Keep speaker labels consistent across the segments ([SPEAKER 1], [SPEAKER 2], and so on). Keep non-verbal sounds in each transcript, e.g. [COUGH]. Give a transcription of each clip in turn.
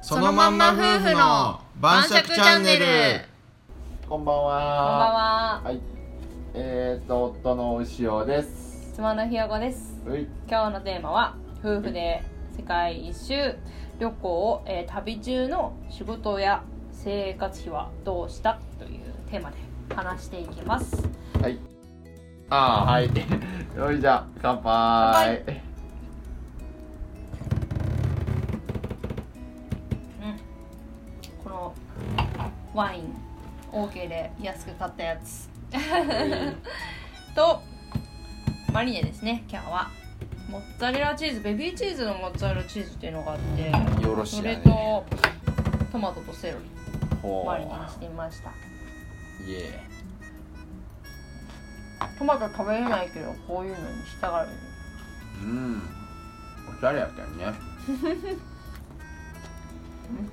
[SPEAKER 1] そのまんま夫婦の晩酌チャンネル
[SPEAKER 2] こんばん
[SPEAKER 3] こ
[SPEAKER 2] は。
[SPEAKER 3] んばんは。
[SPEAKER 2] はい。えー、っと、夫の牛尾です。
[SPEAKER 3] 妻のひよこです。
[SPEAKER 2] うい。
[SPEAKER 3] 今日のテーマは夫婦で世界一周旅行、えー旅中の仕事や生活費はどうしたというテーマで話していきます。
[SPEAKER 2] はい。ああ、はい。 [LAUGHS] よいじゃ、乾杯。
[SPEAKER 3] うん。このワイン OK で安く買ったやつとマリネですね。今日はモッツァレラチーズベビーチーズのモッツァレラチーズっていうのがあって。
[SPEAKER 2] よろし
[SPEAKER 3] そ
[SPEAKER 2] い
[SPEAKER 3] れ
[SPEAKER 2] や
[SPEAKER 3] と、
[SPEAKER 2] ね。
[SPEAKER 3] トマトとセロリ
[SPEAKER 2] ほ
[SPEAKER 3] マリネにしてみました
[SPEAKER 2] う。イエ
[SPEAKER 3] トマト食べれないけどこういうのにしたがる
[SPEAKER 2] ーイ。うん。おしゃれやったよね。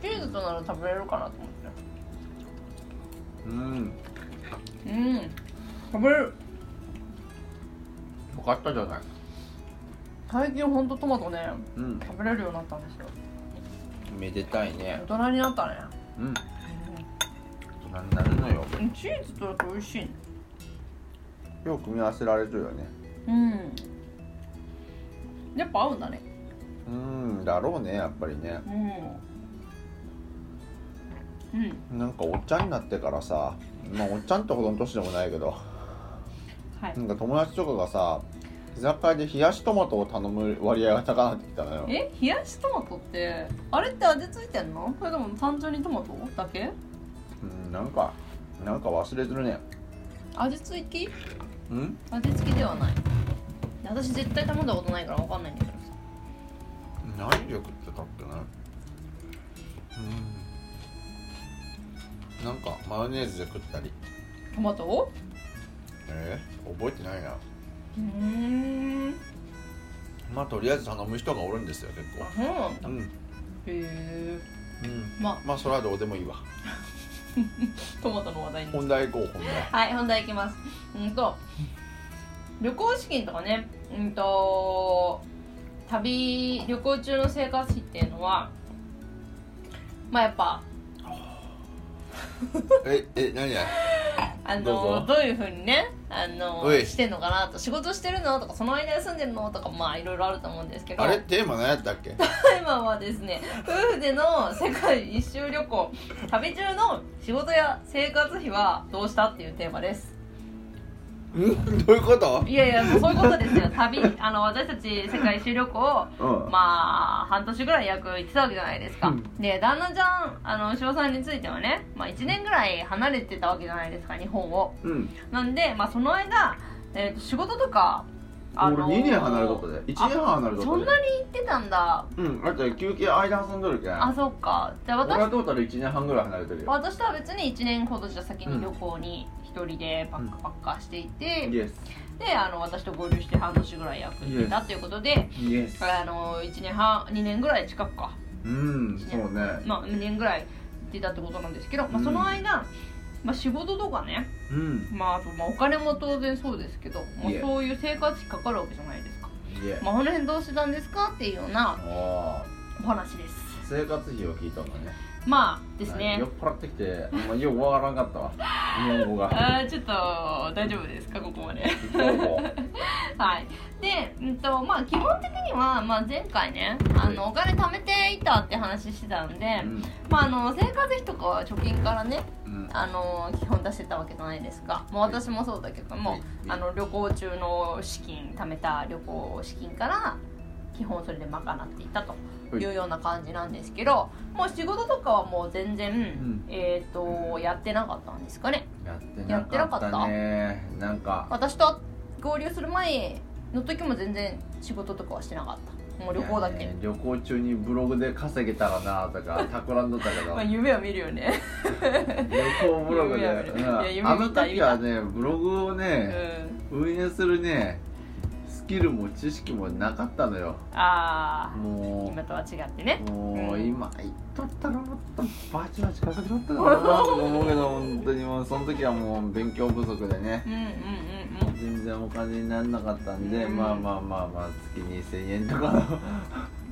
[SPEAKER 3] チーズとなら食べれるかなと思っ
[SPEAKER 2] うん。
[SPEAKER 3] てうん食べれる
[SPEAKER 2] よかったじゃない。
[SPEAKER 3] 最近ほんとトマトね
[SPEAKER 2] うん。
[SPEAKER 3] 食べれるようになったんですよ
[SPEAKER 2] めでたいね
[SPEAKER 3] 大。人になったね
[SPEAKER 2] うん。大人になるのよ。
[SPEAKER 3] うんチーズとだと美味しいね
[SPEAKER 2] よく組み合わせられるよね。
[SPEAKER 3] うんやっぱ合うんだね
[SPEAKER 2] うん、だろうね、やっぱりね。
[SPEAKER 3] うんうん
[SPEAKER 2] なんかおっちゃんになってからさ、まあ、おっちゃんってほどの年でもないけど
[SPEAKER 3] はい
[SPEAKER 2] なんか友達とかがさ居酒屋で冷やしトマトを頼む割合が高くなってきたのよ
[SPEAKER 3] え冷やしトマトってあれって味ついてんのそれとも単純にトマトだけ
[SPEAKER 2] うんなんかなんか忘れてるね
[SPEAKER 3] 味付き
[SPEAKER 2] うん
[SPEAKER 3] 味付きではない私絶対頼んだことないから分かんないんだけどさ
[SPEAKER 2] 何で食ってたっけなうんなんかマヨネーズで食ったり
[SPEAKER 3] トマトを
[SPEAKER 2] えー、覚えてないな
[SPEAKER 3] うーん
[SPEAKER 2] まあとりあえず頼む人がおるんですよ結
[SPEAKER 3] あそうなんだ
[SPEAKER 2] 構う
[SPEAKER 3] へ
[SPEAKER 2] んうん
[SPEAKER 3] えまあ
[SPEAKER 2] まあそれはどうでもいいわ
[SPEAKER 3] トマトの話題に
[SPEAKER 2] 本題行こう本題
[SPEAKER 3] はい本題いきますうんと旅行資金とかねうんと旅旅行中の生活費っていうのはまあやっぱ
[SPEAKER 2] [LAUGHS] ええ何や
[SPEAKER 3] あの
[SPEAKER 2] どう
[SPEAKER 3] ど
[SPEAKER 2] ぞ
[SPEAKER 3] ういうふうにねあの
[SPEAKER 2] おい
[SPEAKER 3] してんのかなと仕事してるのとかその間休んでるのとかまあいろいろあると思うんですけど
[SPEAKER 2] あれテーマ何やったっけ
[SPEAKER 3] 今はですね夫婦での世界一周旅行旅中の仕事や生活費はどうしたっていうテーマです
[SPEAKER 2] ん [LAUGHS] どういうこと
[SPEAKER 3] いやいやもうそういうことです
[SPEAKER 2] [LAUGHS]
[SPEAKER 3] よ旅あの私たち世界一周旅行を
[SPEAKER 2] うん
[SPEAKER 3] まあ半年ぐらい約行ってたわけじゃないですか、
[SPEAKER 2] うん
[SPEAKER 3] で旦那ちゃんあの牛尾さんについてはね、まあ、1年ぐらい離れてたわけじゃないですか日本を
[SPEAKER 2] うん
[SPEAKER 3] なんで、まあ、その間、えーと仕事とか
[SPEAKER 2] 俺2年離れとったで1年半離れとったで
[SPEAKER 3] そんなに行ってたんだ
[SPEAKER 2] うんだって休憩間挟んどるけん
[SPEAKER 3] あそっかじゃあ
[SPEAKER 2] 俺
[SPEAKER 3] 私
[SPEAKER 2] はトータル1年半ぐらい離れてるよ
[SPEAKER 3] 私とは別に1年ほどじゃ先に旅行に一人でパックパッカーしていて、
[SPEAKER 2] イエス
[SPEAKER 3] であの私と合流して半年ぐらい約行ってたということで、
[SPEAKER 2] イエス
[SPEAKER 3] あの1年半2年ぐらい近くか、
[SPEAKER 2] うんそうね
[SPEAKER 3] まあ、2年ぐらい行ってたってことなんですけど、ま
[SPEAKER 2] う
[SPEAKER 3] あ、
[SPEAKER 2] ん
[SPEAKER 3] その間、まあ、仕事とかね、
[SPEAKER 2] うん
[SPEAKER 3] まあ、あとまあお金も当然そうですけど、まあ
[SPEAKER 2] いえ、
[SPEAKER 3] そういう生活費かかるわけじゃないですか、
[SPEAKER 2] イエス
[SPEAKER 3] まあ、この辺どうしてたんですかっていうような
[SPEAKER 2] ああ
[SPEAKER 3] お話です
[SPEAKER 2] 生活費を聞いたんだね
[SPEAKER 3] まあです
[SPEAKER 2] なんか
[SPEAKER 3] ね
[SPEAKER 2] 酔っ払ってきてあんまよくわからんかったわ日本語
[SPEAKER 3] [LAUGHS]
[SPEAKER 2] が
[SPEAKER 3] あーちょっと大丈夫ですかここまで
[SPEAKER 2] 行こう行こ
[SPEAKER 3] はい、で、うんとまあ、基本的には、まあ、前回ねあのお金貯めていたって話してたんで、
[SPEAKER 2] ううん
[SPEAKER 3] まあ、あの生活費とかは貯金からね
[SPEAKER 2] うん
[SPEAKER 3] あの基本出してたわけじゃないですか、まあ、私もそうだけども、
[SPEAKER 2] はい
[SPEAKER 3] あの旅行中の資金貯めた旅行資金から基本それで賄っていたというような感じなんですけどもう仕事とかはもう全然、
[SPEAKER 2] ん
[SPEAKER 3] えっ、とやってなかったんですかね
[SPEAKER 2] やって
[SPEAKER 3] や
[SPEAKER 2] な
[SPEAKER 3] ってな
[SPEAKER 2] か
[SPEAKER 3] か
[SPEAKER 2] っ
[SPEAKER 3] った
[SPEAKER 2] たねなんか
[SPEAKER 3] 私と合流する前の時も全然仕事とかはしてなかったもう旅行だ
[SPEAKER 2] い
[SPEAKER 3] け、
[SPEAKER 2] やね旅行中にブログで稼げたらなと
[SPEAKER 3] [LAUGHS]
[SPEAKER 2] か企んどったけど
[SPEAKER 3] まあ、夢は見るよね
[SPEAKER 2] 旅行ブログで、
[SPEAKER 3] 夢見たいや
[SPEAKER 2] うん、
[SPEAKER 3] 夢
[SPEAKER 2] あ
[SPEAKER 3] 見
[SPEAKER 2] の
[SPEAKER 3] た
[SPEAKER 2] 時はねブログを
[SPEAKER 3] う
[SPEAKER 2] ね、
[SPEAKER 3] ん
[SPEAKER 2] 運営するねスキルも知識もなかったのよ
[SPEAKER 3] ああ
[SPEAKER 2] も
[SPEAKER 3] 今とは違ってね
[SPEAKER 2] うもう
[SPEAKER 3] うん
[SPEAKER 2] 今言っとったらもっとバチバチ稼ぎとったかなと思うけ
[SPEAKER 3] [LAUGHS]
[SPEAKER 2] ど本当にもうその時はもう勉強不足でね
[SPEAKER 3] うんうんうんうん
[SPEAKER 2] 全然お金にならなかったんで、
[SPEAKER 3] うん
[SPEAKER 2] まあまあまあまあ月2000円とかの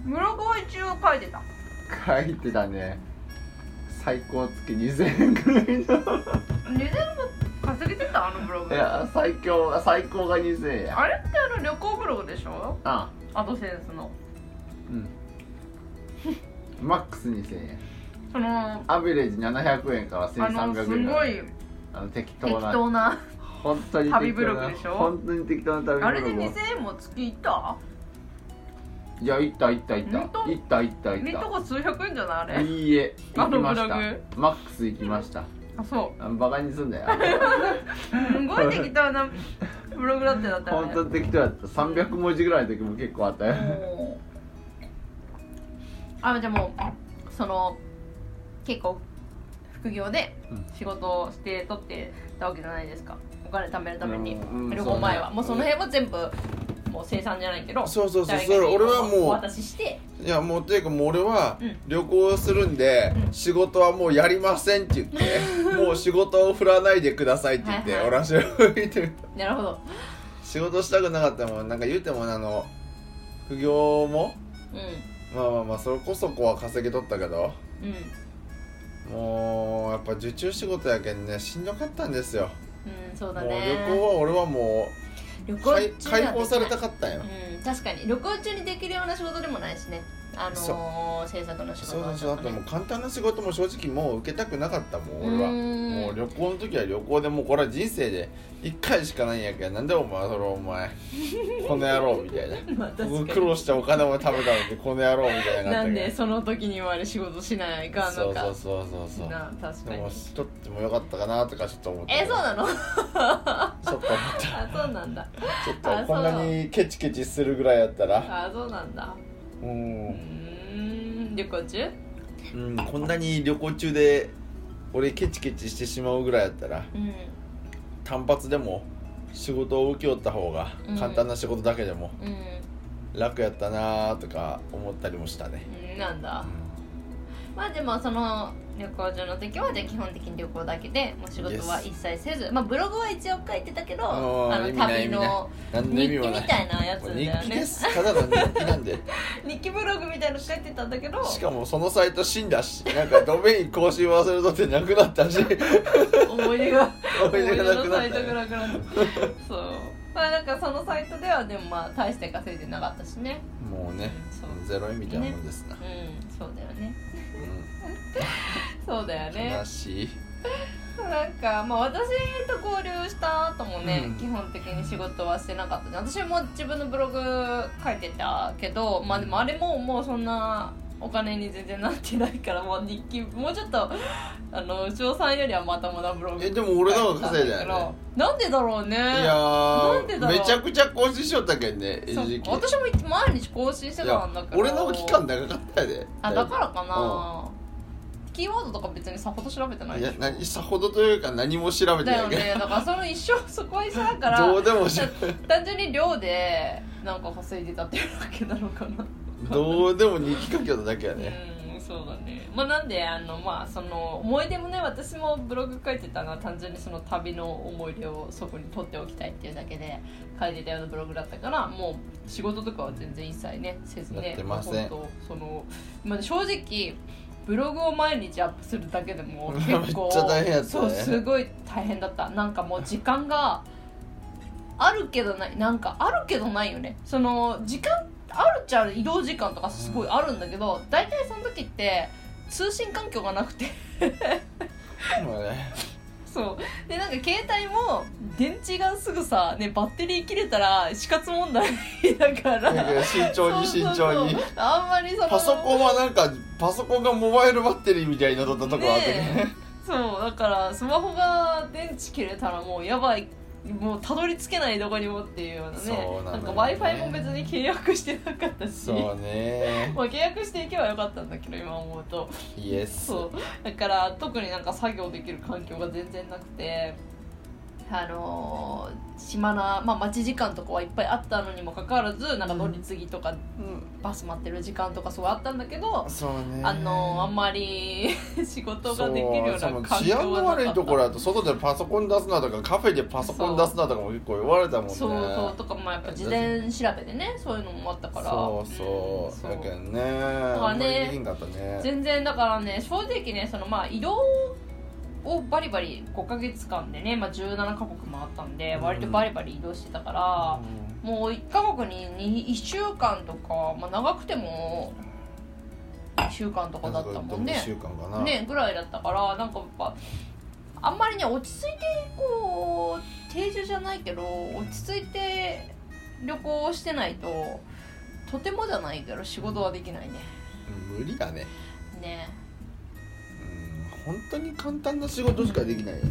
[SPEAKER 3] ブログを一応書いてた
[SPEAKER 4] 回行ってたね最高月2000円ぐらいの
[SPEAKER 3] 値段も稼げてたあのブロ
[SPEAKER 4] い
[SPEAKER 3] グ
[SPEAKER 4] や最強が最高が2000円や
[SPEAKER 3] あれってあの旅行ブログでしょ
[SPEAKER 4] あ
[SPEAKER 3] アドセンスの
[SPEAKER 4] うんマックス2000円
[SPEAKER 3] その
[SPEAKER 4] アベレージ700円から
[SPEAKER 3] あのす
[SPEAKER 4] 1300円
[SPEAKER 3] ごい
[SPEAKER 4] あの適
[SPEAKER 3] 適
[SPEAKER 4] 当な
[SPEAKER 3] 当な
[SPEAKER 4] 本当に適当な
[SPEAKER 3] 旅ブログでしょ
[SPEAKER 4] 本当に適当な旅ブ
[SPEAKER 3] あれ
[SPEAKER 4] ロ
[SPEAKER 3] で
[SPEAKER 4] グを
[SPEAKER 3] 2000円も月いった
[SPEAKER 4] いや行った行った行った
[SPEAKER 3] 本当
[SPEAKER 4] 行った行った
[SPEAKER 3] みんな
[SPEAKER 4] 行っ
[SPEAKER 3] こ数百円じゃないあ
[SPEAKER 4] た
[SPEAKER 3] れ
[SPEAKER 4] いいえ
[SPEAKER 3] あ
[SPEAKER 4] 行き
[SPEAKER 3] のブロ
[SPEAKER 4] ま
[SPEAKER 3] グ
[SPEAKER 4] したマックス行きました
[SPEAKER 3] あそ
[SPEAKER 4] あバカにすんだよ
[SPEAKER 3] うすごい適当なブログだってだったよ
[SPEAKER 4] 本
[SPEAKER 3] ね
[SPEAKER 4] 当に適当やった300文字ぐらいの時も結構あったよ
[SPEAKER 3] もうあじゃあもうその結構副業で
[SPEAKER 4] うん
[SPEAKER 3] 仕事をして取ってたわけじゃないですかお金貯めるために、
[SPEAKER 4] うんうん
[SPEAKER 3] 旅行前は
[SPEAKER 4] そうね
[SPEAKER 3] もうその辺も全部もう生産じゃないけど
[SPEAKER 2] そうそうそう
[SPEAKER 3] 誰
[SPEAKER 2] そ
[SPEAKER 3] かに
[SPEAKER 2] れ俺は
[SPEAKER 3] お
[SPEAKER 2] も
[SPEAKER 3] 渡しして
[SPEAKER 2] ういやもうていうかもう俺は
[SPEAKER 3] うん
[SPEAKER 2] 旅行するんで
[SPEAKER 3] うん
[SPEAKER 2] 仕事はもうやりませんって言ってもう仕事を振らないでくださいって言って
[SPEAKER 3] はいはい
[SPEAKER 2] 俺は仕事見て
[SPEAKER 3] なるほど、
[SPEAKER 2] 仕事したくなかったもんなんか言うてもあの副業も
[SPEAKER 3] う
[SPEAKER 2] まあまあまあそれこそこは稼ぎ取ったけど
[SPEAKER 3] んうん
[SPEAKER 2] もうやっぱ受注仕事やけんねしんどかったんですよ
[SPEAKER 3] うん、そうだ
[SPEAKER 2] もう旅
[SPEAKER 3] ね
[SPEAKER 2] 行は俺はも
[SPEAKER 3] 旅
[SPEAKER 2] う解
[SPEAKER 3] 中
[SPEAKER 2] 解
[SPEAKER 3] にはできない
[SPEAKER 2] 放されたかったんよ、
[SPEAKER 3] うん確かに旅行中にできるような仕事でもないしねあのー、制作の仕
[SPEAKER 2] そう
[SPEAKER 3] 事
[SPEAKER 2] そうそうあ
[SPEAKER 3] はちょ
[SPEAKER 2] と
[SPEAKER 3] っと
[SPEAKER 2] も
[SPEAKER 3] ね
[SPEAKER 2] う簡単な仕事も正直もう受けたくなかったもん俺は
[SPEAKER 3] うーん
[SPEAKER 2] もう旅行の時は旅行でもうこれは人生で1回しかないんやけどなんでお前それお
[SPEAKER 3] [LAUGHS]
[SPEAKER 2] 前この野郎みたいな
[SPEAKER 3] まあ確かに
[SPEAKER 2] 苦労してお金も貯めたのにこの野郎みたいなのがあ
[SPEAKER 3] な
[SPEAKER 2] ったけ
[SPEAKER 3] ん
[SPEAKER 2] ど
[SPEAKER 3] でその時にまで仕事しないかん
[SPEAKER 2] そ
[SPEAKER 3] の
[SPEAKER 2] う
[SPEAKER 3] か
[SPEAKER 2] そうそうそうそう
[SPEAKER 3] な確か
[SPEAKER 2] で
[SPEAKER 3] に
[SPEAKER 2] もしとってもよかったかなとかちょっと思って
[SPEAKER 3] えそうなの
[SPEAKER 2] ちょっと思っ
[SPEAKER 3] [LAUGHS]
[SPEAKER 2] た
[SPEAKER 3] あそうなんだ
[SPEAKER 2] ちょっ
[SPEAKER 3] あ
[SPEAKER 2] とこんなにケチケチするぐらいやったら
[SPEAKER 3] あそうなんだ
[SPEAKER 2] う
[SPEAKER 3] うー
[SPEAKER 2] ん、
[SPEAKER 3] ん旅行中
[SPEAKER 2] うん、こんなに旅行中で俺ケチケチしてしまうぐらいやったら
[SPEAKER 3] うん
[SPEAKER 2] 単発でも仕事を請け負った方が
[SPEAKER 3] うん
[SPEAKER 2] 簡単な仕事だけでも
[SPEAKER 3] う
[SPEAKER 2] 楽やったなーとか思ったりもしたね
[SPEAKER 3] んなんだまあでもその旅行中の時はじゃあ基本的に旅行だけでもう仕事は一切せずまあブログは一応書いてたけど
[SPEAKER 2] あー
[SPEAKER 3] あの
[SPEAKER 2] 意味ない
[SPEAKER 3] 旅の
[SPEAKER 2] 何の
[SPEAKER 3] 日
[SPEAKER 2] 意
[SPEAKER 3] 記
[SPEAKER 2] 味
[SPEAKER 3] み
[SPEAKER 2] もない
[SPEAKER 3] たいなやつ
[SPEAKER 2] も
[SPEAKER 3] だ
[SPEAKER 2] う
[SPEAKER 3] よ
[SPEAKER 2] 日記で
[SPEAKER 3] ね
[SPEAKER 2] すただの日記なんで
[SPEAKER 3] 日記ブログみたいなの書いてたんだけど
[SPEAKER 2] しかもそのサイト死んだしなんかドメイン更新忘れとってなくなった
[SPEAKER 3] [LAUGHS]
[SPEAKER 2] し
[SPEAKER 3] 思い出が
[SPEAKER 2] 思い出がなくな
[SPEAKER 3] のサ
[SPEAKER 2] っ
[SPEAKER 3] イト
[SPEAKER 2] た
[SPEAKER 3] が
[SPEAKER 2] よ
[SPEAKER 3] なくなったそうまあなんかそのサイトではでもまあ大して稼いでなかったしね
[SPEAKER 2] もうね
[SPEAKER 3] そう
[SPEAKER 2] ゼロ円みたいなもんですな、
[SPEAKER 3] うんそうだよね
[SPEAKER 2] う
[SPEAKER 3] そうだよ
[SPEAKER 2] ん、
[SPEAKER 3] ね
[SPEAKER 2] 悲しい
[SPEAKER 3] なんかまあ私と交流した後もね、
[SPEAKER 2] うん
[SPEAKER 3] 基本的に仕事はしてなかったね私も自分のブログ書いてたけどまあでもあれももうそんなお金に全然なってないからもう日記もうちょっとあの牛尾さんよりはまともなブログ
[SPEAKER 2] えでも俺の方が稼いだよね
[SPEAKER 3] 書てたんだけどなんでだろうね
[SPEAKER 2] いや
[SPEAKER 3] なんでだ
[SPEAKER 2] ー
[SPEAKER 3] ろ
[SPEAKER 2] め
[SPEAKER 3] う
[SPEAKER 2] ちゃくちゃ更新しよったけんね一
[SPEAKER 3] そう
[SPEAKER 2] 時期
[SPEAKER 3] 私も毎日更新して
[SPEAKER 2] い
[SPEAKER 3] た
[SPEAKER 2] や
[SPEAKER 3] んだけど
[SPEAKER 2] 俺の期間長かったやで
[SPEAKER 3] あだからかな、キーワードとか別にさほど調べてない
[SPEAKER 2] い
[SPEAKER 3] でし
[SPEAKER 2] や
[SPEAKER 3] ょ
[SPEAKER 2] 何さほどというか何も調べて
[SPEAKER 3] だ
[SPEAKER 2] な
[SPEAKER 3] よ
[SPEAKER 2] いけ
[SPEAKER 3] ねだからその一生そこは一緒だか
[SPEAKER 2] ど
[SPEAKER 3] ら
[SPEAKER 2] どうでもし
[SPEAKER 3] 単純に量でなんか稼いでたっていうだけなのかな
[SPEAKER 2] どうでも日記書きよっただけや
[SPEAKER 3] [LAUGHS]
[SPEAKER 2] ね
[SPEAKER 3] うんそうだねまあなんであのまあその思い出もね私もブログ書いてたのは単純にその旅の思い出をそこに取っておきたいっていうだけで書いてたようなブログだったからもう仕事とかは全然一切ねせず
[SPEAKER 2] や
[SPEAKER 3] ね
[SPEAKER 2] ってません
[SPEAKER 3] 本当その、まあ、正直ブログを毎日アップするだけでも
[SPEAKER 2] [LAUGHS] めっ
[SPEAKER 3] 結
[SPEAKER 2] ちゃ
[SPEAKER 3] 構
[SPEAKER 2] 大変やった
[SPEAKER 3] そう
[SPEAKER 2] ね
[SPEAKER 3] すごい大変だったなんかもう時間があるけどないなんかあるけどないよねその時間あるっちゃある移動時間とかすごいあるんだけど大体その時って通信環境がなくて [LAUGHS]
[SPEAKER 2] まあね
[SPEAKER 3] そうでなんか携帯も電池がすぐさ、ね、バッテリー切れたら死活問題だから
[SPEAKER 2] だ [LAUGHS] から慎重に慎重に
[SPEAKER 3] そうそうそうあんまりその
[SPEAKER 2] パソコンはなんかパソコンがモバイルバッテリーみたいになっとったとこあったけど
[SPEAKER 3] ね [LAUGHS] そうだからスマホが電池切れたらもうやばいもうたどり着けないどこにもっていうようなね
[SPEAKER 2] そうなのよね
[SPEAKER 3] か w i f i も別に契約してなかったし
[SPEAKER 2] そうね
[SPEAKER 3] まあ、契約していけばよかったんだけど今思うと
[SPEAKER 2] イエス
[SPEAKER 3] そうだから特になんか作業できる環境が全然なくてあのー島な、まあ、待ち時間とかはいっぱいあったのにもかかわらずなんか乗り継ぎとか、バス待ってる時間とかそうあったんだけど、
[SPEAKER 1] そうね
[SPEAKER 3] あのーあんまり [LAUGHS] 仕事ができるよう
[SPEAKER 1] そ
[SPEAKER 3] な
[SPEAKER 1] うその
[SPEAKER 3] 環
[SPEAKER 1] 治安
[SPEAKER 3] 境は
[SPEAKER 1] の
[SPEAKER 3] なかった
[SPEAKER 1] 悪いところだと外でパソコン出すなとかカフェでパソコン出すなとかも結構言われたもんね
[SPEAKER 3] そうそうとかまあやっぱ事前調べでねそういうのもあったから
[SPEAKER 1] そうそ
[SPEAKER 3] ん
[SPEAKER 1] う
[SPEAKER 3] そう
[SPEAKER 1] だけどね
[SPEAKER 3] らね
[SPEAKER 1] あんまりできんかったね
[SPEAKER 3] 全然だからね正直ねそのまあ移動をバリバリ5ヶ月間でね、まあ、17カ国回ったんで
[SPEAKER 1] うん
[SPEAKER 3] 割とバリバリ移動してたから、もう1カ国にに1週間とか、まあ、長くても1週間とかだったもん
[SPEAKER 1] 1
[SPEAKER 3] ね
[SPEAKER 1] 週間かな
[SPEAKER 3] ねぐらいだったからなんかやっぱあんまりね落ち着いてこう定住じゃないけど落ち着いて旅行をしてないととてもじゃないけど仕事はできないね
[SPEAKER 1] 無理だね
[SPEAKER 3] ね
[SPEAKER 1] うん本当に簡単な仕事しかできないよ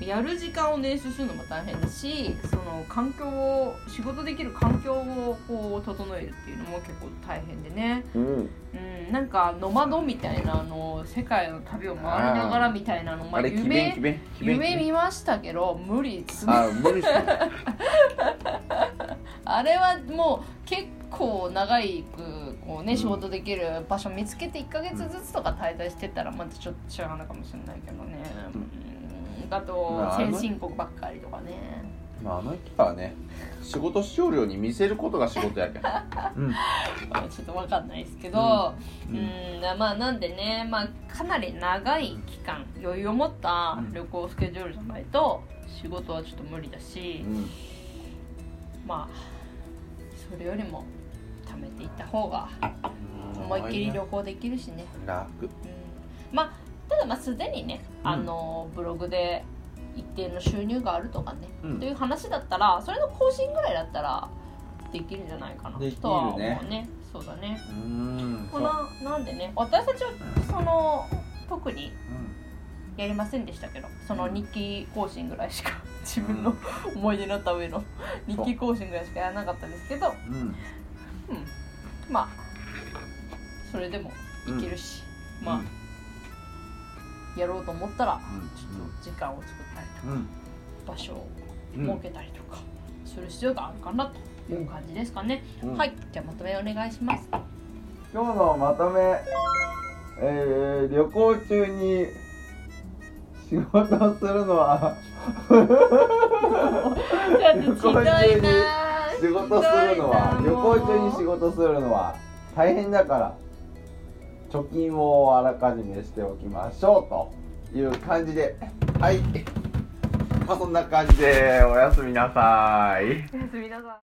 [SPEAKER 3] うんやる時間を捻出するのも大変だしその環境を仕事できる環境をこう整えるっていうのも結構大変でね、
[SPEAKER 2] うん
[SPEAKER 3] うん、なんかノマドみたいなあの世界の旅を回りながらみたいなのま
[SPEAKER 2] あれ奇弁奇
[SPEAKER 3] 夢
[SPEAKER 2] 弁奇弁
[SPEAKER 3] 夢見ましたけど無理すあ
[SPEAKER 2] あ無理してる
[SPEAKER 3] あれはもう結構長いくこうね仕事できる場所見つけて1ヶ月ずつとか滞在してたらまたちょっと違うのかもしれないけどね、うん、あと
[SPEAKER 2] まあ
[SPEAKER 3] 先進国ばっかりとかね
[SPEAKER 2] まああの人はね仕事しよるように見せることが仕事やけんうん
[SPEAKER 3] まあちょっとわかんないですけど、う
[SPEAKER 2] うんん
[SPEAKER 3] まあなんでね、まあ、かなり長い期間余裕を持った旅行スケジュールじゃないと仕事はちょっと無理だし、
[SPEAKER 2] うん
[SPEAKER 3] まあそれよりも貯めていった方が思いっきり旅行できるしね、
[SPEAKER 2] 楽
[SPEAKER 3] うん、まあただまあすでにね、
[SPEAKER 2] うん
[SPEAKER 3] あのブログで一定の収入があるとかね、
[SPEAKER 2] うん
[SPEAKER 3] という話だったらそれの更新ぐらいだったらできるんじゃないかな
[SPEAKER 2] できるね
[SPEAKER 3] とは思うねそうだね
[SPEAKER 2] うん
[SPEAKER 3] このなんでね私たちはその特に
[SPEAKER 2] うん
[SPEAKER 3] やりませんでしたけどその日記更新ぐらいしか自分の思い出になった上の日記更新ぐらいしかやらなかったですけど、
[SPEAKER 2] うん
[SPEAKER 3] うん、まあそれでもいけるし、まあ、やろうと思ったら
[SPEAKER 2] うん
[SPEAKER 3] ちょっと時間を作ったりとか
[SPEAKER 2] うん
[SPEAKER 3] 場所を
[SPEAKER 2] うん
[SPEAKER 3] 設けたりとかする必要があるかなという感じですかね、
[SPEAKER 2] うん
[SPEAKER 3] はいじゃあまとめお願い
[SPEAKER 2] [LAUGHS]
[SPEAKER 3] します
[SPEAKER 2] 今日のまとめ、えー、旅行中に仕事をするのは
[SPEAKER 3] ちょっとひどいな
[SPEAKER 2] 旅行中に仕事するのは旅行中に仕
[SPEAKER 3] 事
[SPEAKER 2] 事するのは大変だから貯金をあらかじめしておきましょうという感じではいまあそんな感じでおやすみなさい
[SPEAKER 3] おやすみなさい